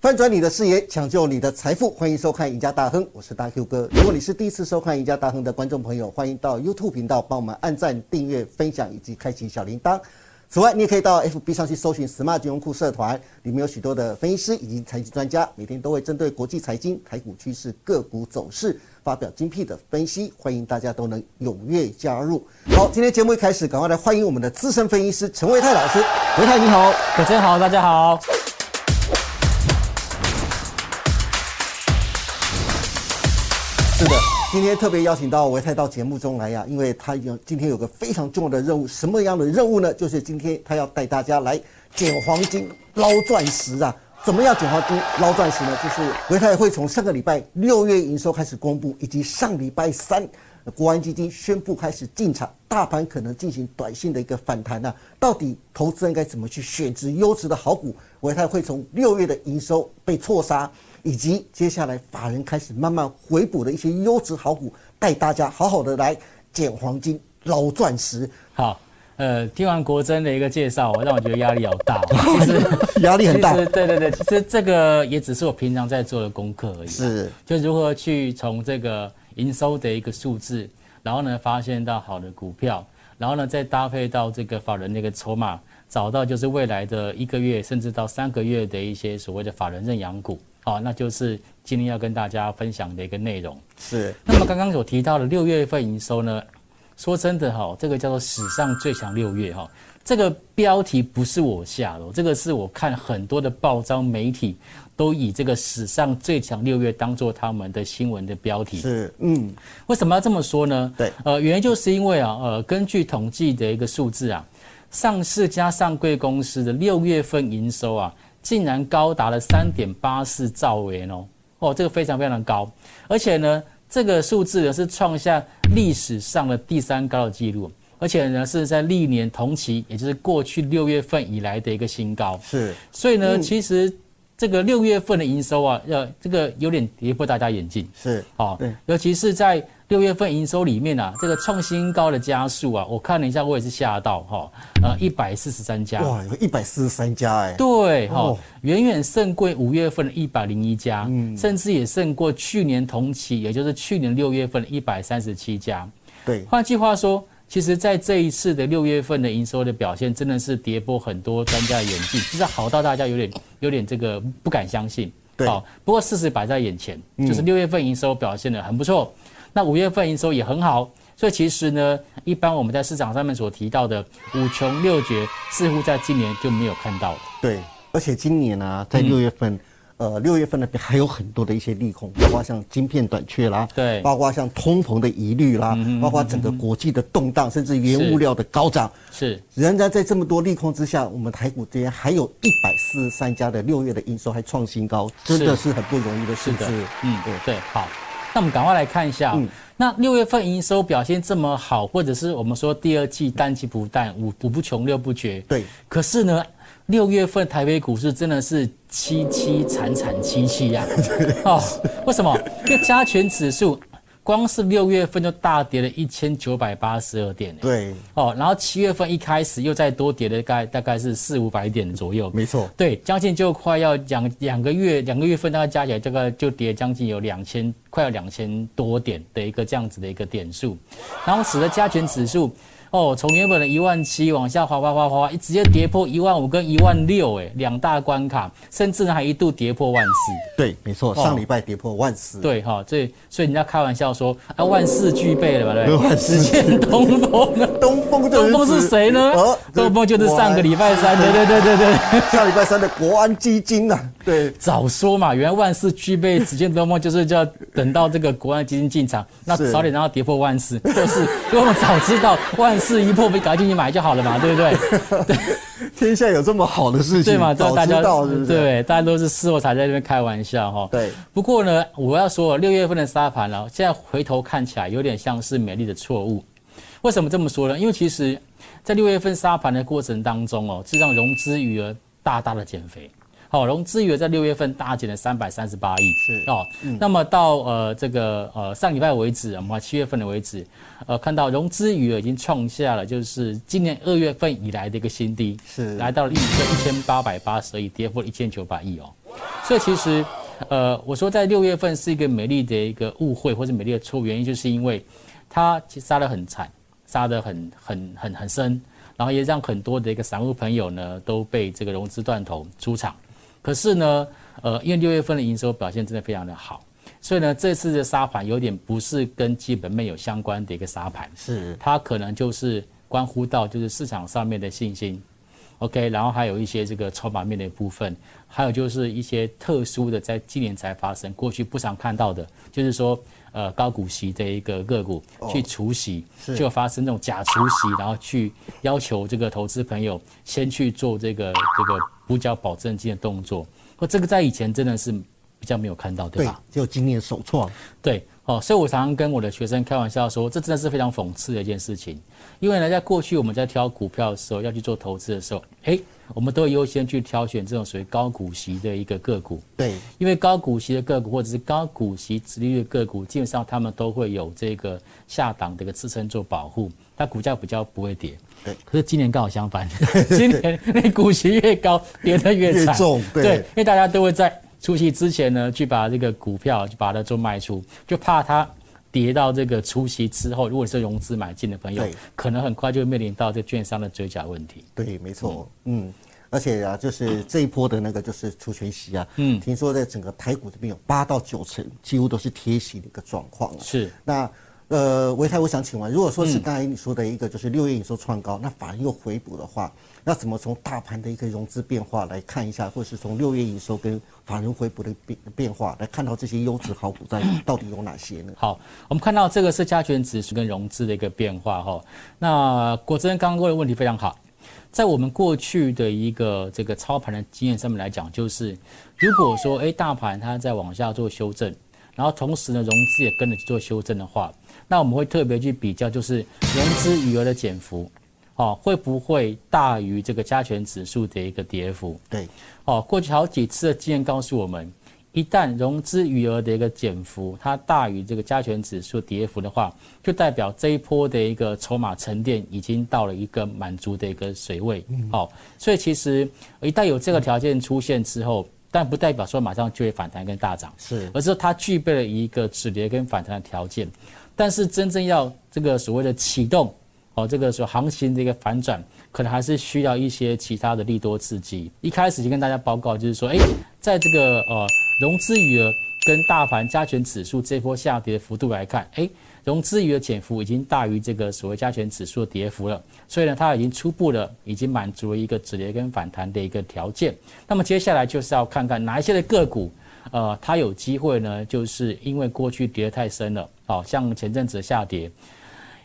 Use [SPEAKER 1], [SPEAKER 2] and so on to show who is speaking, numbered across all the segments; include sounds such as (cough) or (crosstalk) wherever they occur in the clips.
[SPEAKER 1] 翻转你的视野，抢救你的财富，欢迎收看《赢家大亨》，我是大 Q 哥。如果你是第一次收看《赢家大亨》的观众朋友，欢迎到 YouTube 频道帮我们按赞、订阅、分享以及开启小铃铛。此外，你也可以到 FB 上去搜寻 “Smart 金融库社团”，里面有许多的分析师以及财经专家，每天都会针对国际财经、台股趋势、个股走势发表精辟的分析，欢迎大家都能踊跃加入。好，今天节目一开始，赶快来欢迎我们的资深分析师陈维泰老师。维泰你好，
[SPEAKER 2] 主持人好，大家好。
[SPEAKER 1] 是的，今天特别邀请到维泰到节目中来呀、啊因为他有今天有个非常重要的任务，什么样的任务呢？就是今天他要带大家来捡黄金、捞钻石啊！怎么样捡黄金、捞钻石呢？就是维泰会从上个礼拜六月营收开始公布，以及上礼拜三。国安基金宣布开始进场，大盘可能进行短线的一个反弹呐、到底投资人该怎么去选择优质的好股？维泰会从六月的营收被错杀，以及接下来法人开始慢慢回补的一些优质好股，带大家好好的来捡黄金、捞钻
[SPEAKER 2] (laughs)
[SPEAKER 1] 石，
[SPEAKER 2] 好，呃，听完国珍的一个介绍哦，让我觉得压力好大哦。其实
[SPEAKER 1] 压 (laughs) 力很大
[SPEAKER 2] 其实对对对，其实这个也只是我平常在做的功课而已。啊
[SPEAKER 1] 是，
[SPEAKER 2] 就如何去从这个营收的一个数字，然后呢发现到好的股票，然后呢再搭配到这个法人的一个筹码，找到就是未来的一个月甚至到三个月的一些所谓的法人认养股。好，那就是今天要跟大家分享的一个内容。
[SPEAKER 1] 是
[SPEAKER 2] 那么刚刚有提到的六月份营收呢，说真的哈、这个叫做史上最强六月哈、这个标题不是我下的哦，这个是我看很多的报章媒体都以这个史上最强六月当做他们的新闻的标题。
[SPEAKER 1] 是，嗯，
[SPEAKER 2] 为什么要这么说呢？
[SPEAKER 1] 对
[SPEAKER 2] 呃，原因就是因为啊，呃，根据统计的一个数字啊，上市加上柜公司的六月份营收啊，竟然高达了三点八四兆元哦，哦，这个非常非常高，而且呢，这个数字呢是创下历史上的第三高的记录，而且呢是在历年同期，也就是过去六月份以来的一个新高。
[SPEAKER 1] 是
[SPEAKER 2] 所以呢，其实这个六月份的营收啊，呃，这个有点跌破大家眼镜。
[SPEAKER 1] 是，
[SPEAKER 2] 好
[SPEAKER 1] 对，
[SPEAKER 2] 哦尤其是在六月份营收里面啊，这个创新高的家数啊，我看了一下，我也是吓到哈、呃，一百四十三家，
[SPEAKER 1] 哇，有一百四十三家哎、
[SPEAKER 2] 对哈、
[SPEAKER 1] 哦嗯
[SPEAKER 2] 远远胜过五月份的一百零一家，甚至也胜过去年同期，也就是去年六月份的一百三十七家。
[SPEAKER 1] 对，
[SPEAKER 2] 换句话说，其实在这一次的六月份的营收的表现，真的是跌破很多专家的眼镜，就是好到大家有点有点这个不敢相信。
[SPEAKER 1] 对
[SPEAKER 2] 好，不过事实摆在眼前，就是六月份营收表现的很不错，那五月份营收也很好。所以其实呢，一般我们在市场上面所提到的五穷六绝，似乎在今年就没有看到了。
[SPEAKER 1] 对，而且今年
[SPEAKER 2] 嗯
[SPEAKER 1] 啊，在六月份，呃，六月份那边还有很多的一些利空，包括像晶片短缺啦，
[SPEAKER 2] 对嗯
[SPEAKER 1] 包括像通膨的疑虑啦，包括整个国际的动荡，甚至原物料的高涨。
[SPEAKER 2] 是
[SPEAKER 1] 仍然在这么多利空之下，我们台股这边还有一百四十三家的六月的营收还创新高，真的是很不容易的
[SPEAKER 2] 是
[SPEAKER 1] 数
[SPEAKER 2] 的
[SPEAKER 1] 字。，
[SPEAKER 2] 嗯，
[SPEAKER 1] 对，
[SPEAKER 2] 对，好，那我们赶快来看一下哦、那六月份营收表现这么好，或者是我们说第二季淡季不淡，五五不穷六不绝，
[SPEAKER 1] 对
[SPEAKER 2] 可是呢，六月份台北股市真的是凄凄惨惨戚戚呀、哦，为什么？因为加权指数光是六月份就大跌了一千九百八十二点。
[SPEAKER 1] 对，
[SPEAKER 2] 哦，然后七月份一开始又再多跌了大概大概是四五百点左右，
[SPEAKER 1] 没错
[SPEAKER 2] 对，将近就快要两两个月两个月份，大概加起来这个就跌将近有两千，快要两千多点的一个这样子的一个点数，然后使得加权指数哦，从原本的一万七往下滑滑滑滑，一直接跌破一万五跟一万六，哎，两大关卡，甚至呢还一度跌破万四。
[SPEAKER 1] 对，没
[SPEAKER 2] 哦
[SPEAKER 1] 错，上礼拜跌破万四，
[SPEAKER 2] 对哈，所以所以人家开玩笑说啊，万事俱备了吧？对不对，
[SPEAKER 1] 万事
[SPEAKER 2] 只欠东风啊。
[SPEAKER 1] 东风就是
[SPEAKER 2] (laughs) 东风是谁呢
[SPEAKER 1] 哦？
[SPEAKER 2] 东风就是上个礼拜三，对对对对对。
[SPEAKER 1] (laughs) 下礼拜三的国安基金啊，对，
[SPEAKER 2] 早说嘛，原来万事俱备，只欠东风，就是就要等到这个国安基金进场，那
[SPEAKER 1] 是
[SPEAKER 2] 早点让它跌破万事，就是如果我们早知道万事一破，我们赶快进去买就好了嘛，对
[SPEAKER 1] (laughs)
[SPEAKER 2] 不对？
[SPEAKER 1] 天下有这么好的事情，
[SPEAKER 2] 对嘛？
[SPEAKER 1] 早
[SPEAKER 2] 都大
[SPEAKER 1] 知
[SPEAKER 2] 家
[SPEAKER 1] 道是不是？
[SPEAKER 2] 对，大家都是事后才在那边开玩笑哈。
[SPEAKER 1] 对。
[SPEAKER 2] 不过呢，我要说六月份的沙盘了，现在回头看起来有点像是美丽的错误。为什么这么说呢？因为其实，在六月份沙盘的过程当中哦，是让融资余额大大的减肥。好、融资余额在六月份大减了三百三十八亿，
[SPEAKER 1] 是
[SPEAKER 2] 哦。那么到呃这个呃上礼拜为止，我们七月份的为止，呃看到融资余额已经创下了就是今年二月份以来的一个新低，
[SPEAKER 1] 是
[SPEAKER 2] 来到了一一千八百八十亿，跌破一千九百亿哦。所以其实，呃，我说在六月份是一个美丽的一个误会或者美丽的错误，原因就是因为它其实杀得很惨，杀得很很很很深，然后也让很多的一个散户朋友呢都被这个融资断头出场。可是呢，呃，因为六月份的营收表现真的非常的好，所以呢，这次的杀盘有点不是跟基本面有相关的一个杀盘，
[SPEAKER 1] 是
[SPEAKER 2] 它可能就是关乎到就是市场上面的信心，OK，然后还有一些这个筹码面的部分，还有就是一些特殊的在今年才发生，过去不常看到的，就是说呃高股息的一个个股去除息，
[SPEAKER 1] 是
[SPEAKER 2] 就发生这种假除息，然后去要求这个投资朋友先去做这个这个补缴保证金的动作，或这个在以前真的是比较没有看到，对
[SPEAKER 1] 对
[SPEAKER 2] 吧？，
[SPEAKER 1] 就今年首创，
[SPEAKER 2] 对，哦，所以我常常跟我的学生开玩笑说，这真的是非常讽刺的一件事情。因为呢，在过去我们在挑股票的时候，要去做投资的时候，诶，我们都会优先去挑选这种属于高股息的一个个股，
[SPEAKER 1] 对，
[SPEAKER 2] 因为高股息的个股或者是高股息殖利率的个股，基本上他们都会有这个下档的一个支撑做保护，它股价比较不会跌。
[SPEAKER 1] 对
[SPEAKER 2] 可是今年刚好相反， (laughs) 今年那股息越高，跌得越
[SPEAKER 1] 越
[SPEAKER 2] 惨。
[SPEAKER 1] 重对
[SPEAKER 2] 因为大家都会在除夕之前呢，去把这个股票就把它做卖出，就怕它。跌到这个除夕之后，如果你是融资买进的朋友
[SPEAKER 1] 对，
[SPEAKER 2] 可能很快就会面临到这券商的追加问题。
[SPEAKER 1] 对，没错，嗯。而且啊，就是这一波的那个就是除权息啊，
[SPEAKER 2] 嗯
[SPEAKER 1] 听说在整个台股这边有八到九成几乎都是贴息的一个状况啊。
[SPEAKER 2] 是嗯
[SPEAKER 1] 那呃，维泰，我想请问，如果说是刚才你说的一个就是六月营收创高，那法人又回补的话，那怎么从大盘的一个融资变化来看一下，或是从六月营收跟法人回补的变变化来看到这些优质好股在到底有哪些呢？
[SPEAKER 2] 好，我们看到这个是加权指数跟融资的一个变化哈、那国珍刚刚问的问题非常好，在我们过去的一个这个操盘的经验上面来讲，就是如果说诶大盘它在往下做修正，然后同时呢融资也跟着去做修正的话，那我们会特别去比较就是融资余额的减幅，哦会不会大于这个加权指数的一个跌幅？
[SPEAKER 1] 对，
[SPEAKER 2] 哦，过去好几次的经验告诉我们，一旦融资余额的一个减幅，它大于这个加权指数跌幅的话，就代表这一波的一个筹码沉淀已经到了一个满足的一个水位。哦，所以其实一旦有这个条件出现之后，但不代表说马上就会反弹跟大涨。
[SPEAKER 1] 是
[SPEAKER 2] 而是说它具备了一个止跌跟反弹的条件。但是真正要这个所谓的启动，哦，这个所行情的一个反转，可能还是需要一些其他的利多刺激。一开始就跟大家报告，就是说，哎，在这个呃融资余额跟大盘加权指数这波下跌的幅度来看，哎，融资余额减幅已经大于这个所谓加权指数的跌幅了，所以呢，它已经初步的已经满足了一个止跌跟反弹的一个条件。那么接下来就是要看看哪一些的个股。呃，它有机会呢，就是因为过去跌得太深了，好、像前阵子的下跌，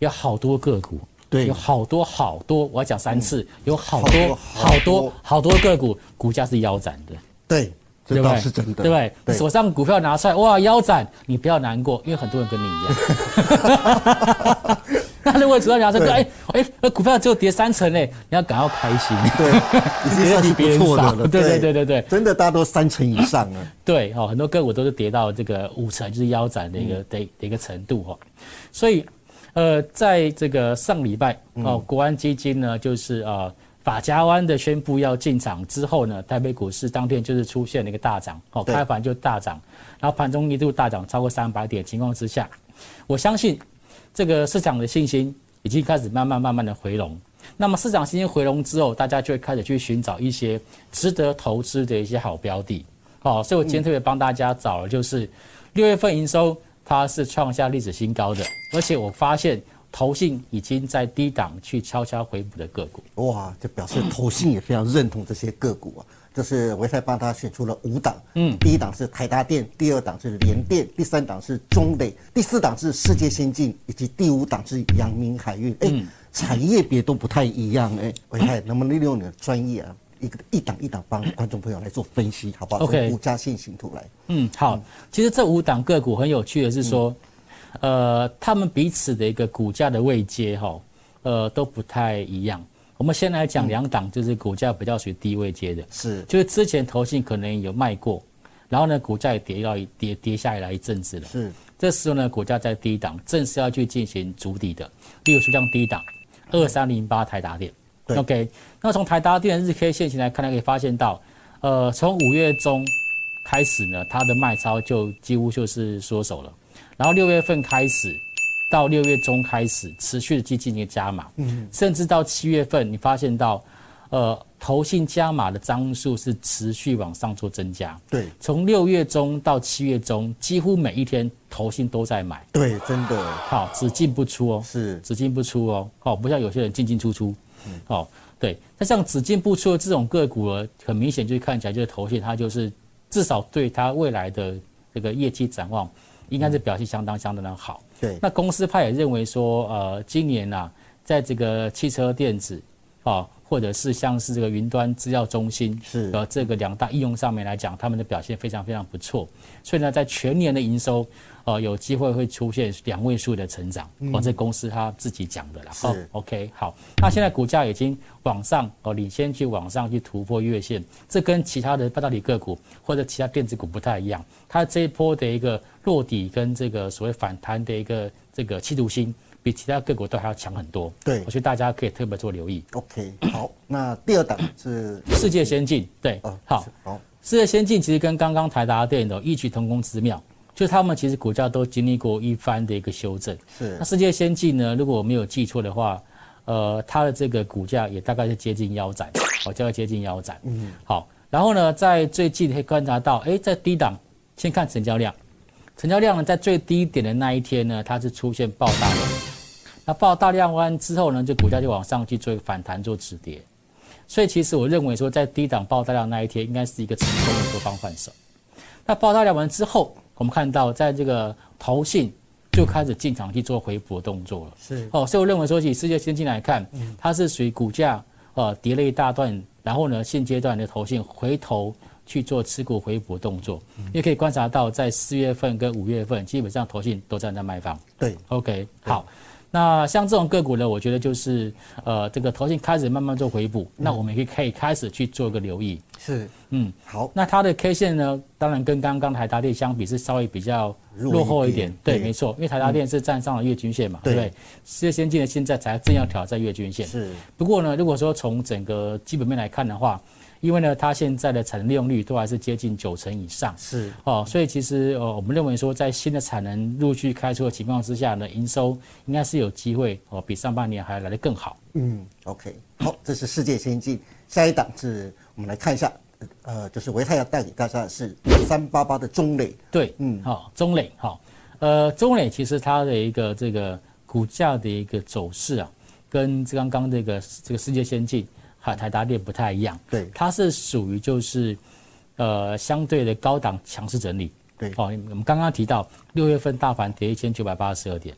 [SPEAKER 2] 有好多个股，
[SPEAKER 1] 对
[SPEAKER 2] 有好多好多，我要讲三次，有嗯好多
[SPEAKER 1] 好
[SPEAKER 2] 好
[SPEAKER 1] 多
[SPEAKER 2] 多好多个股，股价是腰斩的，
[SPEAKER 1] 对，
[SPEAKER 2] 对
[SPEAKER 1] 这
[SPEAKER 2] 不
[SPEAKER 1] 倒
[SPEAKER 2] 对？
[SPEAKER 1] 是真的，
[SPEAKER 2] 对不对？
[SPEAKER 1] 对
[SPEAKER 2] 手上股票拿出来，哇，腰斩，你不要难过，因为很多人跟你一样。
[SPEAKER 1] (laughs)
[SPEAKER 2] 那如果手上拿出来，哎哎，那股票只有跌三成嘞，你要感到开心。
[SPEAKER 1] 对，已经算是 (laughs) 不错的
[SPEAKER 2] (laughs)
[SPEAKER 1] 了。
[SPEAKER 2] 对对对对对
[SPEAKER 1] 真的大多三成以上啊了。
[SPEAKER 2] 对，哦，很多个股都是跌到这个五成，就是腰斩的一个、的的一个程度哦。所以，呃，在这个上礼拜哦，国安基金呢，就是呃法家湾的宣布要进场之后呢，台北股市当天就是出现了一个大涨，哦，
[SPEAKER 1] 对
[SPEAKER 2] 开盘就大涨，然后盘中一度大涨超过三百点情况之下，我相信这个市场的信心已经开始慢慢慢慢的回笼。那么市场信心回笼之后，大家就会开始去寻找一些值得投资的一些好标的。哦，所以我今天特别帮大家找了，就是六月份营收它是创下历史新高的，而且我发现投信已经在低档去悄悄回补的个股。
[SPEAKER 1] 哇，这表示投信也非常认同这些个股啊。就是维泰帮他选出了五档，嗯，第一档是台达电，第二档是联电，第三档是中磊，第四档是世界先进，以及第五档是阳明海运。哎、产业别都不太一样哎、维泰能不能利用你的专业啊，一个一档一档帮观众朋友来做分析，好不好
[SPEAKER 2] OK
[SPEAKER 1] 从股价线形图来，
[SPEAKER 2] 嗯，好，其实这五档个股很有趣的是说，呃，他们彼此的一个股价的位阶哈、呃，都不太一样。我们先来讲两档，就是股价比较属于低位阶的，
[SPEAKER 1] 是
[SPEAKER 2] 就是之前投信可能有卖过，然后呢，股价也跌到一跌跌下来一阵子了。
[SPEAKER 1] 是，
[SPEAKER 2] 这时候呢，股价在低档，正是要去进行筑底的。例如说像低档二三零八台达电
[SPEAKER 1] 对
[SPEAKER 2] ，OK。那从台达电的日 K 线型来看，大家可以发现到，呃，从五月中开始呢，它的卖超就几乎就是缩手了。然后六月份开始，到六月中开始持续的去进行加码，甚至到七月份，你发现到，呃，投信加码的张数是持续往上做增加。
[SPEAKER 1] 对
[SPEAKER 2] 从六月中到七月中，几乎每一天投信都在买，
[SPEAKER 1] 对，真的
[SPEAKER 2] 好，只进不出哦，
[SPEAKER 1] 是
[SPEAKER 2] 只进不出哦，好，不像有些人进进出出，哦，对，那像只进不出的这种个股呢，很明显就看起来就是投信，它就是至少对它未来的这个业绩展望，应该是表现相当相当的好。
[SPEAKER 1] 对
[SPEAKER 2] 那公司派也认为说，呃，今年呐、在这个汽车电子，哦，或者是像是这个云端资料中心，
[SPEAKER 1] 是
[SPEAKER 2] 呃，这个两大应用上面来讲，他们的表现非常非常不错，所以呢，在全年的营收，呃，有机会会出现两位数的成长，哦，这公司他自己讲的啦。
[SPEAKER 1] 嗯
[SPEAKER 2] 哦
[SPEAKER 1] 是
[SPEAKER 2] o k 好，那现在股价已经往上，哦，领先去往上去突破月线，这跟其他的半导体个股或者其他电子股不太一样，它这一波的一个落底跟这个所谓反弹的一个这个企图心，比其他个股都还要强很多。
[SPEAKER 1] 对
[SPEAKER 2] 我觉得大家可以特别做留意。
[SPEAKER 1] OK。好，那第二档是
[SPEAKER 2] 世界先进，对，
[SPEAKER 1] 啊，
[SPEAKER 2] 好
[SPEAKER 1] 是，好，
[SPEAKER 2] 世界先进其实跟刚刚台达电的哦异曲同工之妙，就是他们其实股价都经历过一番的一个修正。
[SPEAKER 1] 是
[SPEAKER 2] 那世界先进呢，如果我没有记错的话，呃，它的这个股价也大概是接近腰斩，哦，大概接近腰斩。嗯，好，然后呢，在最近可以观察到，哎，在低档，先看成交量，成交量呢在最低点的那一天呢，它是出现爆大量，那爆大量完之后呢，这股价就往上去做反弹做止跌，所以其实我认为说，在低档爆大量那一天，应该是一个成功的多方换手。那爆大量完之后，我们看到在这个投信就开始进场去做回补的动作了。
[SPEAKER 1] 是
[SPEAKER 2] 哦，所以我认为说，以世界先进来看，它是属于股价呃跌了一大段，然后呢，现阶段的投信回头去做持股回补动作，也可以观察到，在四月份跟五月份，基本上投信都站在卖方。
[SPEAKER 1] 对
[SPEAKER 2] OK，好。那像这种个股呢，我觉得就是呃，这个投信开始慢慢做回补，那我们也可以开始去做一个留意。
[SPEAKER 1] 是
[SPEAKER 2] 嗯，
[SPEAKER 1] 好，
[SPEAKER 2] 那它的 K 线呢，当然跟刚刚台达电相比是稍微比较
[SPEAKER 1] 弱
[SPEAKER 2] 落后
[SPEAKER 1] 一
[SPEAKER 2] 一
[SPEAKER 1] 点
[SPEAKER 2] 点，
[SPEAKER 1] 对嗯
[SPEAKER 2] 对，没错，因为台达电是站上了月均线嘛，
[SPEAKER 1] 对
[SPEAKER 2] 对不对？世界先进的现在才正要挑战月均线。
[SPEAKER 1] 是
[SPEAKER 2] 不过呢，如果说从整个基本面来看的话，因为呢，它现在的产能利用率都还是接近九成以上，
[SPEAKER 1] 是
[SPEAKER 2] 哦，所以其实呃，我们认为说，在新的产能陆续开出的情况之下呢，营收应该是有机会哦，比上半年还来得更好。
[SPEAKER 1] 嗯，OK，好，这是世界先进。下一档是我们来看一下，呃，就是维泰要带给大家的是三八八的中磊，
[SPEAKER 2] 对，嗯，好、中磊，好、呃，中磊其实它的一个这个股价的一个走势啊，跟刚刚这个这个世界先进还有台达电不太一样，
[SPEAKER 1] 对
[SPEAKER 2] 它是属于就是呃相对的高档强势整理，
[SPEAKER 1] 对
[SPEAKER 2] 哦，我们刚刚提到六月份大盘跌一千九百八十二点，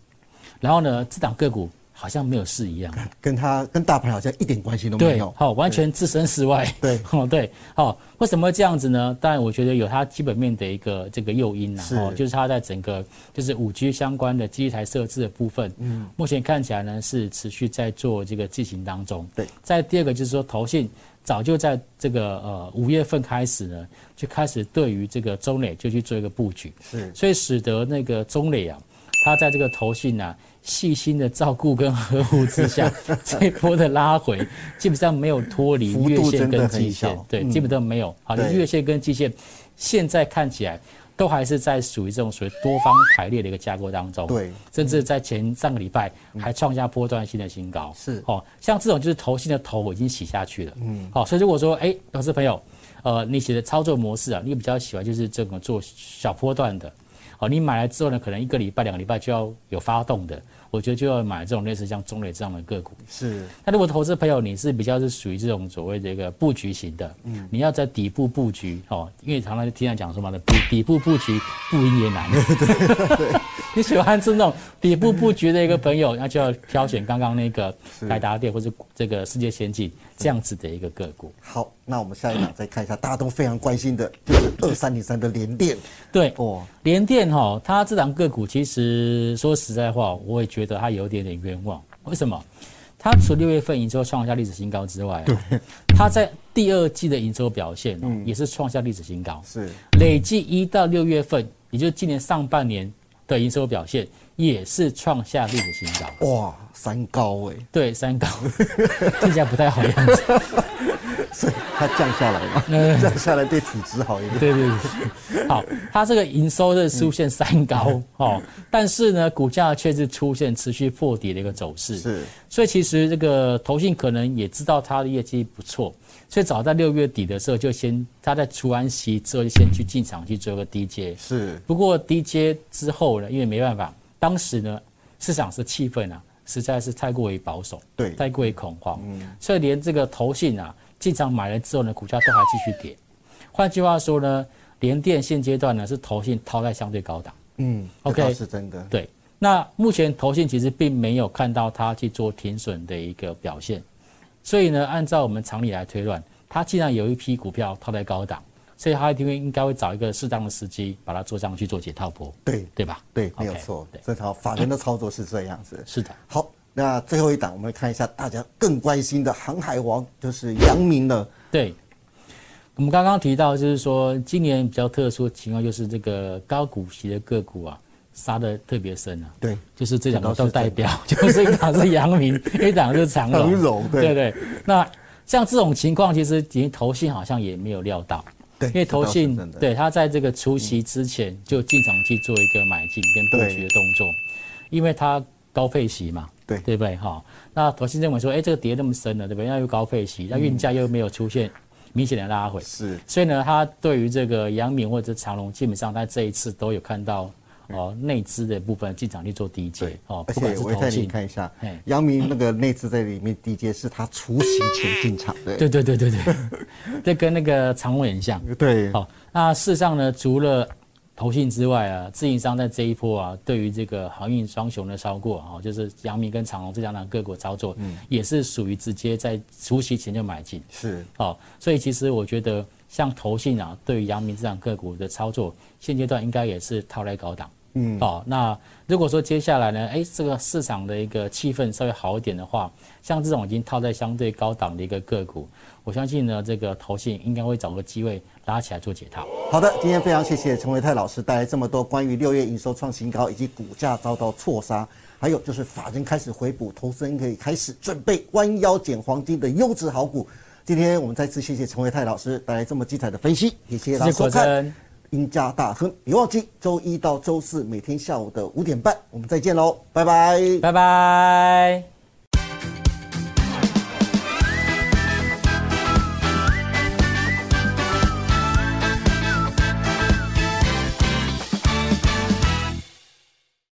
[SPEAKER 2] 然后呢，这档个股好像没有事一样，
[SPEAKER 1] 跟它跟大盘好像一点关系都没
[SPEAKER 2] 对，
[SPEAKER 1] 有。
[SPEAKER 2] 好、完全置身事外。
[SPEAKER 1] (laughs) 对
[SPEAKER 2] (laughs) 哦，对，好、为什么会这样子呢？当然，我觉得有它基本面的一个这个诱因呐、
[SPEAKER 1] 是
[SPEAKER 2] 哦，就是它在整个就是五 G 相关的基台设置的部分，嗯，目前看起来呢是持续在做这个进行当中。
[SPEAKER 1] 对，
[SPEAKER 2] 在第二个就是说，投信早就在这个呃五月份开始呢，就开始对于这个中磊就去做一个布局，
[SPEAKER 1] 是
[SPEAKER 2] 所以使得那个中磊啊，他在这个投信啊细心的照顾跟呵护之下，这一波的拉回基本上没有脱离
[SPEAKER 1] 幅度
[SPEAKER 2] 月线
[SPEAKER 1] 真的
[SPEAKER 2] 跟
[SPEAKER 1] 很
[SPEAKER 2] 季线
[SPEAKER 1] 小，
[SPEAKER 2] 对，
[SPEAKER 1] 嗯
[SPEAKER 2] 基本上没有。好，
[SPEAKER 1] 对
[SPEAKER 2] 月线跟季线现在看起来都还是在属于这种属于多方排列的一个架构当中，
[SPEAKER 1] 对，
[SPEAKER 2] 甚至在前上个礼拜还创下波段性的新高，
[SPEAKER 1] 是
[SPEAKER 2] 哦，像这种就是投信的头已经洗下去了，嗯，好、所以如果说哎，投资朋友。呃，你写的操作模式啊，你比较喜欢就是这种做小波段的，哦，你买来之后呢，可能一个礼拜、两个礼拜就要有发动的，我觉得就要买这种类似像中磊这样的个股。
[SPEAKER 1] 是
[SPEAKER 2] 那如果投资朋友你是比较是属于这种所谓的一个布局型的，嗯，你要在底部布局哦，因为常常听人讲说嘛的底底部布局不赢也难。你喜欢是那种底部布局的一个朋友，那就要挑选刚刚那个百达店或者这个世界先进这样子的一个个股。
[SPEAKER 1] 好，那我们下一档再看一下大家都非常关心的，就是二三零三的联电
[SPEAKER 2] 对，
[SPEAKER 1] 哦，
[SPEAKER 2] 联电哈、它这档个股其实说实在话，我也觉得它有一点点冤枉。为什么？它除六月份营收创下历史新高之外、啊，它在第二季的营收表现、哦也是创下历史新高，
[SPEAKER 1] 是
[SPEAKER 2] 累计一到六月份，也就是今年上半年的营收表现也是创下历史新高。
[SPEAKER 1] 哇，三高哎，
[SPEAKER 2] (laughs) 对，三高，听起来不太好样子。
[SPEAKER 1] 所以它降下来
[SPEAKER 2] (laughs) 嗯
[SPEAKER 1] 了，降下来对体质好一点。
[SPEAKER 2] 对对对，好，它这个营收的出现三高、哦，但是呢，股价却是出现持续破底的一个走势。
[SPEAKER 1] 是，
[SPEAKER 2] 所以其实这个投信可能也知道它的业绩不错，所以早在六月底的时候就先，它在除完息之后就先去进场去做个低阶。
[SPEAKER 1] 是
[SPEAKER 2] 不过低阶之后呢，因为没办法，当时呢市场是气氛啊，实在是太过于保守，
[SPEAKER 1] 对
[SPEAKER 2] 太过于恐慌，所以连这个投信啊进场买了之后呢，股价都还继续跌。换句话说呢，联电现阶段呢是投信套在相对高档，
[SPEAKER 1] 嗯
[SPEAKER 2] OK
[SPEAKER 1] 这倒是真的。
[SPEAKER 2] 对。那目前投信其实并没有看到它去做停损的一个表现，所以呢，按照我们常理来推断，它既然有一批股票套在高档，所以它一定会应该会找一个适当的时机把它做上去做解套波，
[SPEAKER 1] 对
[SPEAKER 2] 对吧？
[SPEAKER 1] 对，没有
[SPEAKER 2] OK，
[SPEAKER 1] 错
[SPEAKER 2] 对，，
[SPEAKER 1] 正常法人的操作是这样子。
[SPEAKER 2] 是的。
[SPEAKER 1] 好，那最后一档我们看一下大家更关心的航海王，就是阳明了。
[SPEAKER 2] 对，我们刚刚提到，就是说今年比较特殊的情况，就是这个高股息的个股啊，杀的特别深啊。
[SPEAKER 1] 对，
[SPEAKER 2] 就是这两个都代表， (laughs) 就是一档是阳明，一档是 (laughs) 长荣。
[SPEAKER 1] 长荣对
[SPEAKER 2] 对那像这种情况，其实已经投信好像也没有料到，
[SPEAKER 1] 对，
[SPEAKER 2] 因为投
[SPEAKER 1] 这
[SPEAKER 2] 信
[SPEAKER 1] 倒是真的
[SPEAKER 2] 对他在这个除夕之前就进场去做一个买进跟布局的动作，因为它高配息嘛。
[SPEAKER 1] 对
[SPEAKER 2] 对不对？哈、那投信认为说，哎，这个跌那么深了，对不对？那又高配息，那运价又没有出现明显的拉回，
[SPEAKER 1] 是
[SPEAKER 2] 所以呢，它对于这个阳明或者长隆，基本上它这一次都有看到哦内资的部分进场去做低阶
[SPEAKER 1] 对
[SPEAKER 2] 哦，
[SPEAKER 1] 而
[SPEAKER 2] 不管
[SPEAKER 1] 且
[SPEAKER 2] 是
[SPEAKER 1] 我
[SPEAKER 2] 投
[SPEAKER 1] 带你
[SPEAKER 2] 信，哎
[SPEAKER 1] 看一下
[SPEAKER 2] 嘿，
[SPEAKER 1] 阳明那个内资在里面低阶是他除夕前进场的，
[SPEAKER 2] 对对对对
[SPEAKER 1] (laughs)
[SPEAKER 2] 对，这跟那个长隆很像。
[SPEAKER 1] 对
[SPEAKER 2] 好、那事实上呢，除了投信之外啊，自营商在这一波啊，对于这个航运双雄的操作啊，就是阳明跟长隆这两档个股操作，也是属于直接在除夕前就买进。
[SPEAKER 1] 是
[SPEAKER 2] 好，所以其实我觉得像投信啊，对于阳明这档个股的操作，现阶段应该也是套在高档。嗯，好、那如果说接下来呢，哎，这个市场的一个气氛稍微好一点的话，像这种已经套在相对高档的一个个股，我相信呢，这个投信应该会找个机会拉起来做解套。
[SPEAKER 1] 好的，今天非常谢谢陈维泰老师带来这么多关于六月营收创新高以及股价遭到错杀，还有就是法人开始回补，投资人可以开始准备弯腰捡黄金的优质好股。今天我们再次谢谢陈维泰老师带来这么精彩的分析，也谢谢大家
[SPEAKER 2] 谢谢
[SPEAKER 1] 收
[SPEAKER 2] 国
[SPEAKER 1] 看
[SPEAKER 2] 珍
[SPEAKER 1] 《赢家大亨》，别忘记周一到周四每天下午的五点半，我们再见喽，拜拜
[SPEAKER 2] 拜拜。